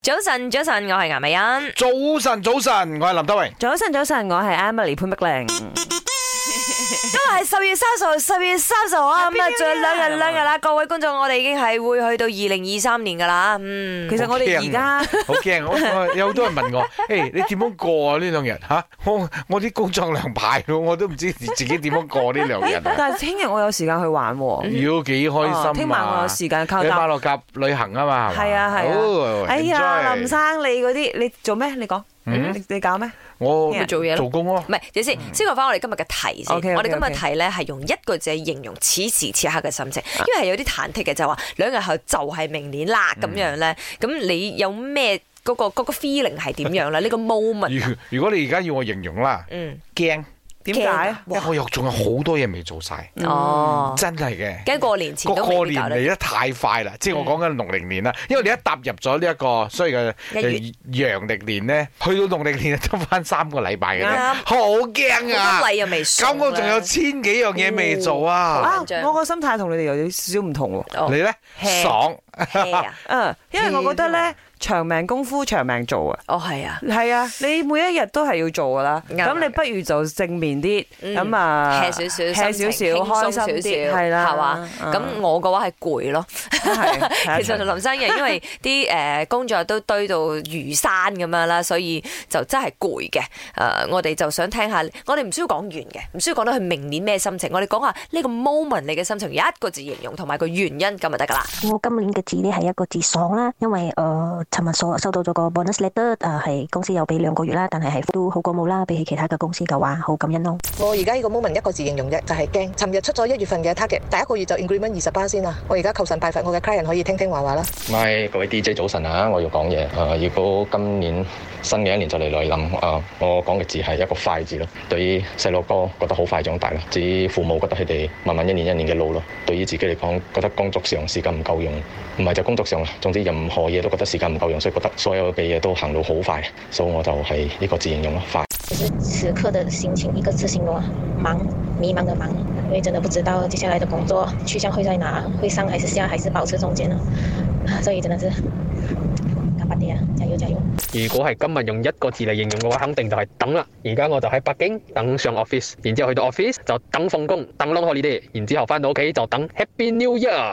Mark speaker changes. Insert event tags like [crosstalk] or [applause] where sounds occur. Speaker 1: 早晨，早晨，我係顏美欣。
Speaker 2: 早晨，早晨，我係林德
Speaker 3: [laughs]
Speaker 2: 榮。
Speaker 3: 早晨，早晨，我係 Emily 潘碧玲。
Speaker 1: 今日係十月三十號，十月三十號啊，咁啊，仲有兩日兩日啦，各位觀眾，我哋已經係會去到二零二三年噶啦，嗯，
Speaker 3: 其實我哋而家
Speaker 2: 好驚，我我有好多人問我， [laughs] 誒，你點樣過啊？呢兩日吓，我我啲工作量排到，我都唔知自己點樣過呢兩日啊。
Speaker 3: [laughs] 但係聽日我有時間去玩喎。
Speaker 2: 妖幾開心
Speaker 3: 嗯
Speaker 2: 啊
Speaker 3: 哦聽晚我有時間靠
Speaker 2: 你馬
Speaker 3: 搭。
Speaker 2: 六甲旅行啊嘛，
Speaker 3: 係啊係啊
Speaker 2: 啊
Speaker 3: 哎呀，林，生你嗰啲你做咩？你講，
Speaker 2: 嗯
Speaker 3: 你你搞咩？
Speaker 2: 我
Speaker 1: 咪做嘢咯
Speaker 2: 做工咯
Speaker 1: 唔。係，等
Speaker 2: 嗯
Speaker 1: 先，先講翻我哋今日嘅題先。
Speaker 3: OK，OK，OK
Speaker 1: 我哋今日嘅題咧係用一個字形容此時此刻嘅心情，
Speaker 2: 啊
Speaker 1: 因為係有啲忐忑嘅，就話兩日後就係明年啦
Speaker 2: 嗯
Speaker 1: 咁樣咧。咁你有咩嗰個嗰個 feeling 係點樣
Speaker 2: [laughs]
Speaker 1: 咧？呢個 moment，
Speaker 2: 如如果你而家要我形容啦，
Speaker 1: 嗯，
Speaker 2: 驚，
Speaker 3: 點
Speaker 1: 驚
Speaker 3: 解
Speaker 1: 啊？
Speaker 2: 因為我又仲有好多嘢未做晒，
Speaker 1: 哦，
Speaker 2: 真嗯係嘅。
Speaker 1: 驚過年前
Speaker 2: 個
Speaker 1: 都
Speaker 2: 過
Speaker 1: 未必
Speaker 2: 年啊
Speaker 1: 搞得掂嗯
Speaker 2: 嚟得太快啦，即係我講緊農曆年啦，因為你一踏入咗呢一個所謂嘅陽曆年咧，去到農曆年就得翻三個禮拜嘅啫
Speaker 1: 啱，
Speaker 2: 好驚
Speaker 1: 好
Speaker 2: 啊
Speaker 1: 多！禮又未送
Speaker 2: 咁
Speaker 1: 咧。
Speaker 2: 我仲有千幾樣嘢未做啊！
Speaker 3: 啊
Speaker 1: 緊張，
Speaker 3: 我個心態同你哋有少少唔同喎。
Speaker 1: 哦
Speaker 2: 你咧
Speaker 1: hea
Speaker 2: 爽，
Speaker 1: hea 啊
Speaker 3: 嗯，因為我覺得咧，長命功夫長命做啊。
Speaker 1: [laughs] 哦係啊，
Speaker 3: 係啊，你每一日都係要做噶啦。
Speaker 1: 啱
Speaker 3: 咁你不如就正面啲，
Speaker 1: 嗯
Speaker 3: 咁啊
Speaker 1: hea 少少心情
Speaker 3: hea 少
Speaker 1: 輕鬆
Speaker 3: 少，開心
Speaker 1: 少
Speaker 3: 啲，
Speaker 1: 少
Speaker 3: 係啦，
Speaker 1: 係嘛
Speaker 3: 嗯？
Speaker 1: 咁我嘅話係攰咯。 [laughs]
Speaker 3: 係
Speaker 1: 其實林生
Speaker 3: [laughs]
Speaker 1: 嘅，因為啲誒工作都堆到如山咁樣啦，所以就真係攰嘅。誒、呃我哋就想聽下，我哋唔需要講完嘅，唔需要講到佢明年咩心情，我哋講下呢個 moment 你嘅心情，有一個字形容同埋個原因咁就得㗎啦。
Speaker 4: 我呃今年嘅字呢係一個字爽啦，因為誒尋日所收到咗個 bonus letter，誒、係啊公司有俾兩個月啦，但係係都好過冇啦，比起其他嘅公司嘅話，好感恩咯。
Speaker 5: 我而家呢個 moment 一個字形容啫，就係驚。尋日出咗一月份嘅 target，第一個月就 increment 二十巴先啦。我而家求神拜佛，我嘅 client 可以聽聽話話啦。
Speaker 6: 咪各位 DJ 早晨啊！我要講嘢。誒、如果今年新嘅一年就嚟來臨，誒、我講嘅字係一個快字咯。對於細路哥覺得好快長大啦，至於父母覺得佢哋慢慢一年一年嘅老咯。對於自己嚟講，覺得工作上時間唔夠用，唔係就工作上啦，總之任何嘢都覺得時間唔夠用，所以覺得所有嘅嘢都行路好快，所以我就係呢個字形容咯，快。
Speaker 7: 就是此刻的心情，一个字形容啊，忙，迷茫的忙，因为真的不知道接下来的工作去向会在哪，会上还是下，还是保持中间呢？啊所以真的是，干巴爹啊，加油加油！
Speaker 8: 如果係今日用一個字嚟形容嘅話，肯定就係等啦。而家我就喺北京等上 office，然之後去到 office 就等放工，等 long holiday，然之後翻到屋企就等 Happy New Year。